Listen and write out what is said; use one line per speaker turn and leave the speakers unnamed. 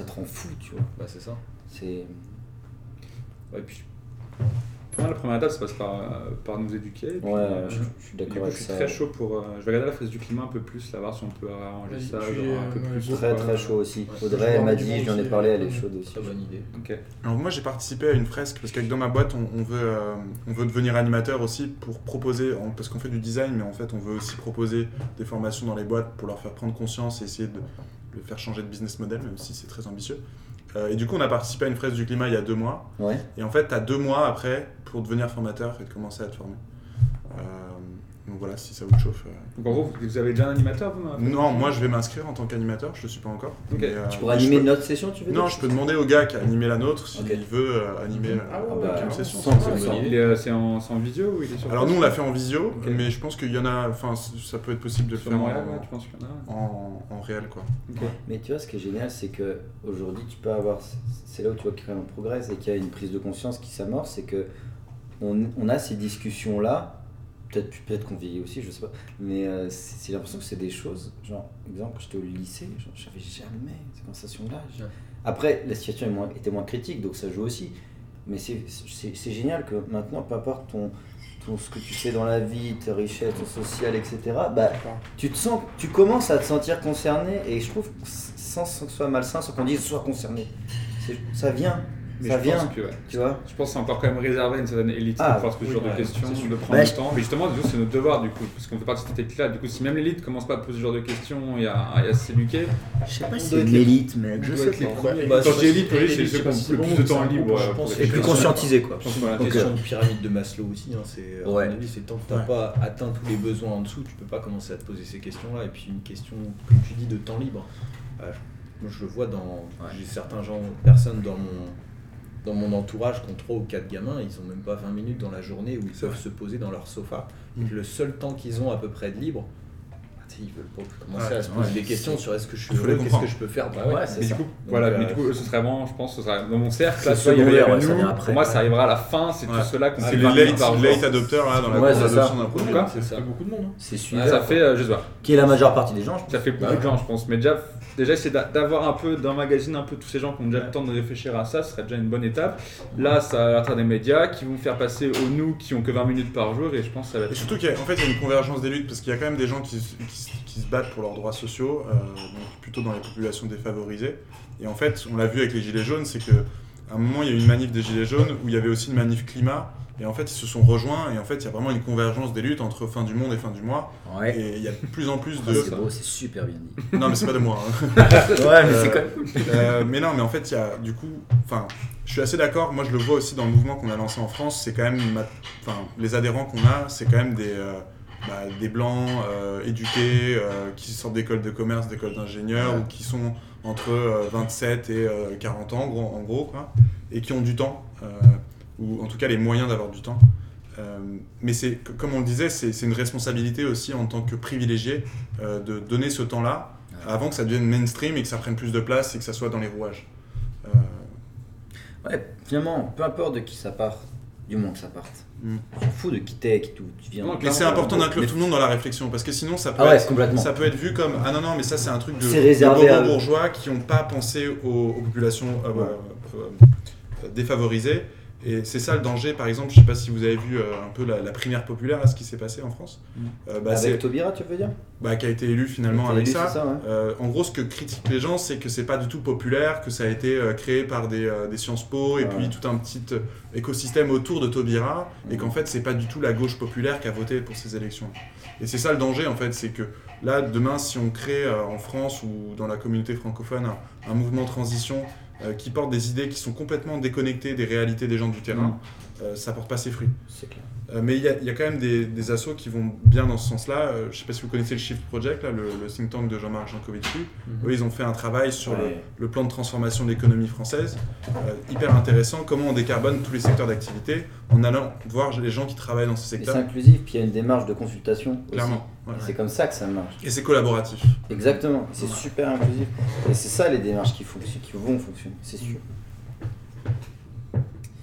te rend fou, tu vois.
Bah, c'est ça.
C'est.
Ouais, puis, pour moi, la première étape, ça passe par, euh, par nous éduquer. et puis,
Ouais,
euh,
je, je suis
du coup,
d'accord avec
je suis
ça.
très chaud pour. euh, je vais regarder la phase du climat un peu plus, là, voir si on peut arranger
Vas-y,
ça
je suis,
genre, un
euh,
peu
ouais,
plus.
je-
Très
quoi.
très chaud aussi.
Ouais.
Audrey, elle m'a
Je vais
dit,
voir
j'en ai
aussi,
parlé, elle
euh,
est chaude aussi.
Très bonne idée.
Ok.
Alors moi j'ai participé à une fresque parce que dans ma boîte on, on veut, euh, on veut devenir animateur aussi pour proposer, on- parce qu'on fait du design mais en fait on veut aussi proposer des formations dans les boîtes pour leur faire prendre conscience et essayer de le faire changer de business model même si c'est très ambitieux. Euh, et du coup on a participé à une fresque du climat il y a deux mois
Ouais.
et en fait tu as deux mois après pour devenir formateur et de commencer à te former. Euh, donc voilà si ça vous chauffe. euh.
Donc, en gros, vous vous avez déjà un animateur, vous maintenant
Non moi je vais m'inscrire en tant qu'animateur, je le suis pas encore.
bah, Ok.
euh,
Tu pourrais
mais je
animer
peux-
notre session, tu veux
Non
dire
je peux demander au gars qui a animé la nôtre s'il
Ok.
veut euh, animer. euh,
Ah ouais,
Ah
ouais,
bah,
carrément.
session.
sans-
C'est une
sans-
bonne idée.
Il est, euh, c'est en, c'est en vidéo ou il est sur
Alors nous on l'a fait en visio,
Ok.
mais je pense qu'il y en a, enfin c- ça peut être possible de le
Sur
faire en,
Montréal, ouais, tu penses qu'il y en a
en- en réel quoi.
Ok.
Mais tu vois, ce qui est génial, c'est que aujourd'hui, tu peux avoir. C'est là où tu vois qu'on progresse et qu'il y a une prise de conscience qui s'amorce, c'est que on, on a ces discussions là. Peut-être peut qu'on vieillit aussi, je sais pas. Mais euh, c'est c'est l'impression que c'est des choses. Genre, exemple, quand j'étais au lycée, genre, j'avais jamais ces conversations-là. J'ai-
Ouais.
Après, la situation est moins- était moins critique, donc ça joue aussi. Mais c'est c'est- c'est génial que maintenant, peu importe ton, ton, ce que tu fais dans la vie, tes richesses, ton social, etc., bah, tu te sens, tu commences à te sentir concerné et je trouve que s- sans, sans que ce soit malsain, sans qu'on dise sois concerné, C'est- ça vient,
Mais
ça
je
vient,
Pense que, ouais.
tu vois.
Je pense que c'est encore quand même réservé à une certaine élite
Ah,
de pouvoir se poser ce
oui,
genre de
ouais,
questions,
c'est sûr.
de prendre
Bah,
le
je-
temps. Mais justement, disons, c'est notre devoir du coup, parce qu'on fait partie de cette élite-là. Du coup, si même l'élite commence pas à poser ce genre de questions et à, et à s'éduquer,
Je sais pas
si
si
c'est
c'est
de
de l'élite, mais
on
je
doit
sais
être les
pas.
premiers.
Bah,
quand
je
j'ai
pense
élite,
que
oui,
c'est
c'est ceux qui
pas si
ont le
bon,
plus de
mais
temps
c'est un
libre.
groupe, je
euh,
pense,
pour
et
Et
les
plus
puis
gens.
conscientisé quoi.
Je pense que la
Ok.
question de pyramide de Maslow aussi, hein, c'est à
Ouais.
mon avis, c'est tant que t'as
Ouais.
pas atteint tous les besoins en dessous, tu peux pas commencer à te poser ces questions-là. Et puis une question, comme tu dis, de temps libre. Euh, moi, je le vois dans j'ai certains gens, personnes dans mon dans mon entourage qui ont 3 ou 4 gamins, ils ont même pas 20 minutes dans la journée où ils
C'est
peuvent
vrai.
se poser dans leur sofa. Et
Mm.
le seul temps qu'ils ont à peu près de libre, bah, tu sais, ils veulent pas commencer
Ouais,
à se poser
ouais.
des questions sur est-ce que je suis
Il faut les
heureux, qu'est-ce que
comprendre.
je peux faire. Bah
Ouais,
ouais.
c'est
Mais du
ça.
coup,
Donc,
voilà,
euh,
mais du coup, ce serait vraiment, je pense, ce serait dans mon cercle,
C'est
là, tu vois, il y avait- il y
secondaire,
avait
ouais, ça
nous,
vient
pour
après,
moi,
ouais.
ça arrivera à la fin, c'est tout
Ouais.
cela qu'on
C'est
fait
Ah, les
par
late,
par jour.
late adopters là dans la
Ouais,
courbe
c'est ça.
d'adoption d'un produit.
Quoi
c'est ça.
Il y a beaucoup de monde. hein.
C'est super.
Ça fait, euh, je sais pas,
Qui est la majeure partie des gens, je pense.
ça fait beaucoup
Ouais.
de gens, je pense. Mais déjà, déjà essayer d'a- d'avoir un peu, d'emmagasiner un peu tous ces gens qui ont déjà le temps de réfléchir à ça, ce serait déjà une bonne étape. Là, ça a l'intérêt des médias qui vont faire passer aux nous qui ont que 20 minutes par jour et je pense que ça va
Et
être.
surtout qu'il y a, en fait, il y a une convergence des luttes parce qu'il y a quand même des gens qui, se- qui se- qui se battent pour leurs droits sociaux, euh, donc plutôt dans les populations défavorisées. Et en fait, on l'a vu avec les Gilets jaunes, c'est que à un moment, il y a eu une manif des Gilets jaunes où il y avait aussi une manif climat. Et en fait, ils se sont rejoints. Et en fait, il y a vraiment une convergence des luttes entre fin du monde et fin du mois.
Ouais.
Et il y a de plus en plus de.
Ah,
C'est beau, c'est super bien dit.
Non, mais c'est pas de moi. hein.
ouais,
mais c'est quand
même.
Euh, mais non, mais en fait, il y a du coup, enfin, je suis assez d'accord. Moi, je le vois aussi dans le mouvement qu'on a lancé en France. C'est quand même, ma- enfin, les adhérents qu'on a, c'est quand même des, euh, bah, des blancs euh, éduqués euh, qui sortent d'écoles de commerce, d'écoles d'ingénieurs ou qui sont entre euh, 27 et euh, 40 ans, gros- en gros, quoi, et qui ont du temps, euh, ou en tout cas les moyens d'avoir du temps. Euh, mais c'est c- comme on le disait, c'est c'est une responsabilité aussi en tant que privilégié euh, de donner ce temps-là
Ouais.
avant que ça devienne mainstream et que ça prenne plus de place et que ça soit dans les rouages. Euh,
Ouais, finalement, peu importe de qui ça part, du monde que ça parte.
Mm.
Je m'en fous de qui t'es, qui, d'où tu viens.
Non,
mais c'est
clairement,
important d'inclure
mais-
tout le monde dans la réflexion parce que sinon ça peut,
Ah ouais,
être,
complètement.
ça peut être vu comme ah non non mais ça c'est un truc de,
C'est réservé
de
à
bobos
eux.
bourgeois qui n'ont pas pensé aux, aux populations euh,
Ouais.
euh, euh, défavorisées et c'est ça le danger par exemple je sais pas si vous avez vu euh, un peu la, la primaire populaire là, ce qui s'est passé en France
Mm.
Euh, bah, c'est-
Avec Taubira, tu veux dire
bah, qui a été élu finalement
T'as
avec
élu,
ça.
c'est ouais.
Euh, en gros, ce que critiquent les gens, c'est que c'est pas du tout populaire, que ça a été euh, créé par des, euh, des Sciences Po et
Ouais.
puis tout un petit euh, écosystème autour de Taubira, et
Mhm.
qu'en fait, c'est pas du tout la gauche populaire qui a voté pour ces élections. Et c'est ça le danger, en fait, c'est que là, demain, si on crée euh, en France ou dans la communauté francophone un, un mouvement de transition euh, qui porte des idées qui sont complètement déconnectées des réalités des gens du terrain, euh, ça porte pas ses fruits.
C'est clair.
Euh, mais il y, a- il y a quand même des, des assos qui vont bien dans ce sens-là. Euh, je sais pas si vous connaissez le Shift Project, là, le, le think tank de Jean-Marc Jancovici.
Mhm.
Eux, ils ont fait un travail sur le-
Ouais.
le, plan de transformation de l'économie française, euh, hyper intéressant. Comment on décarbone tous les secteurs d'activité en allant voir les gens qui travaillent dans ces
Et c'est
secteurs.
inclusif, puis il y a une démarche de consultation. aussi.
Clairement. ouais. Mm.
C'est comme ça que ça marche.
Et c'est collaboratif. Mm.
Exactement, c'est super inclusif. Et c'est ça les démarches qui, fonctionnent, qui vont fonctionner, c'est sûr.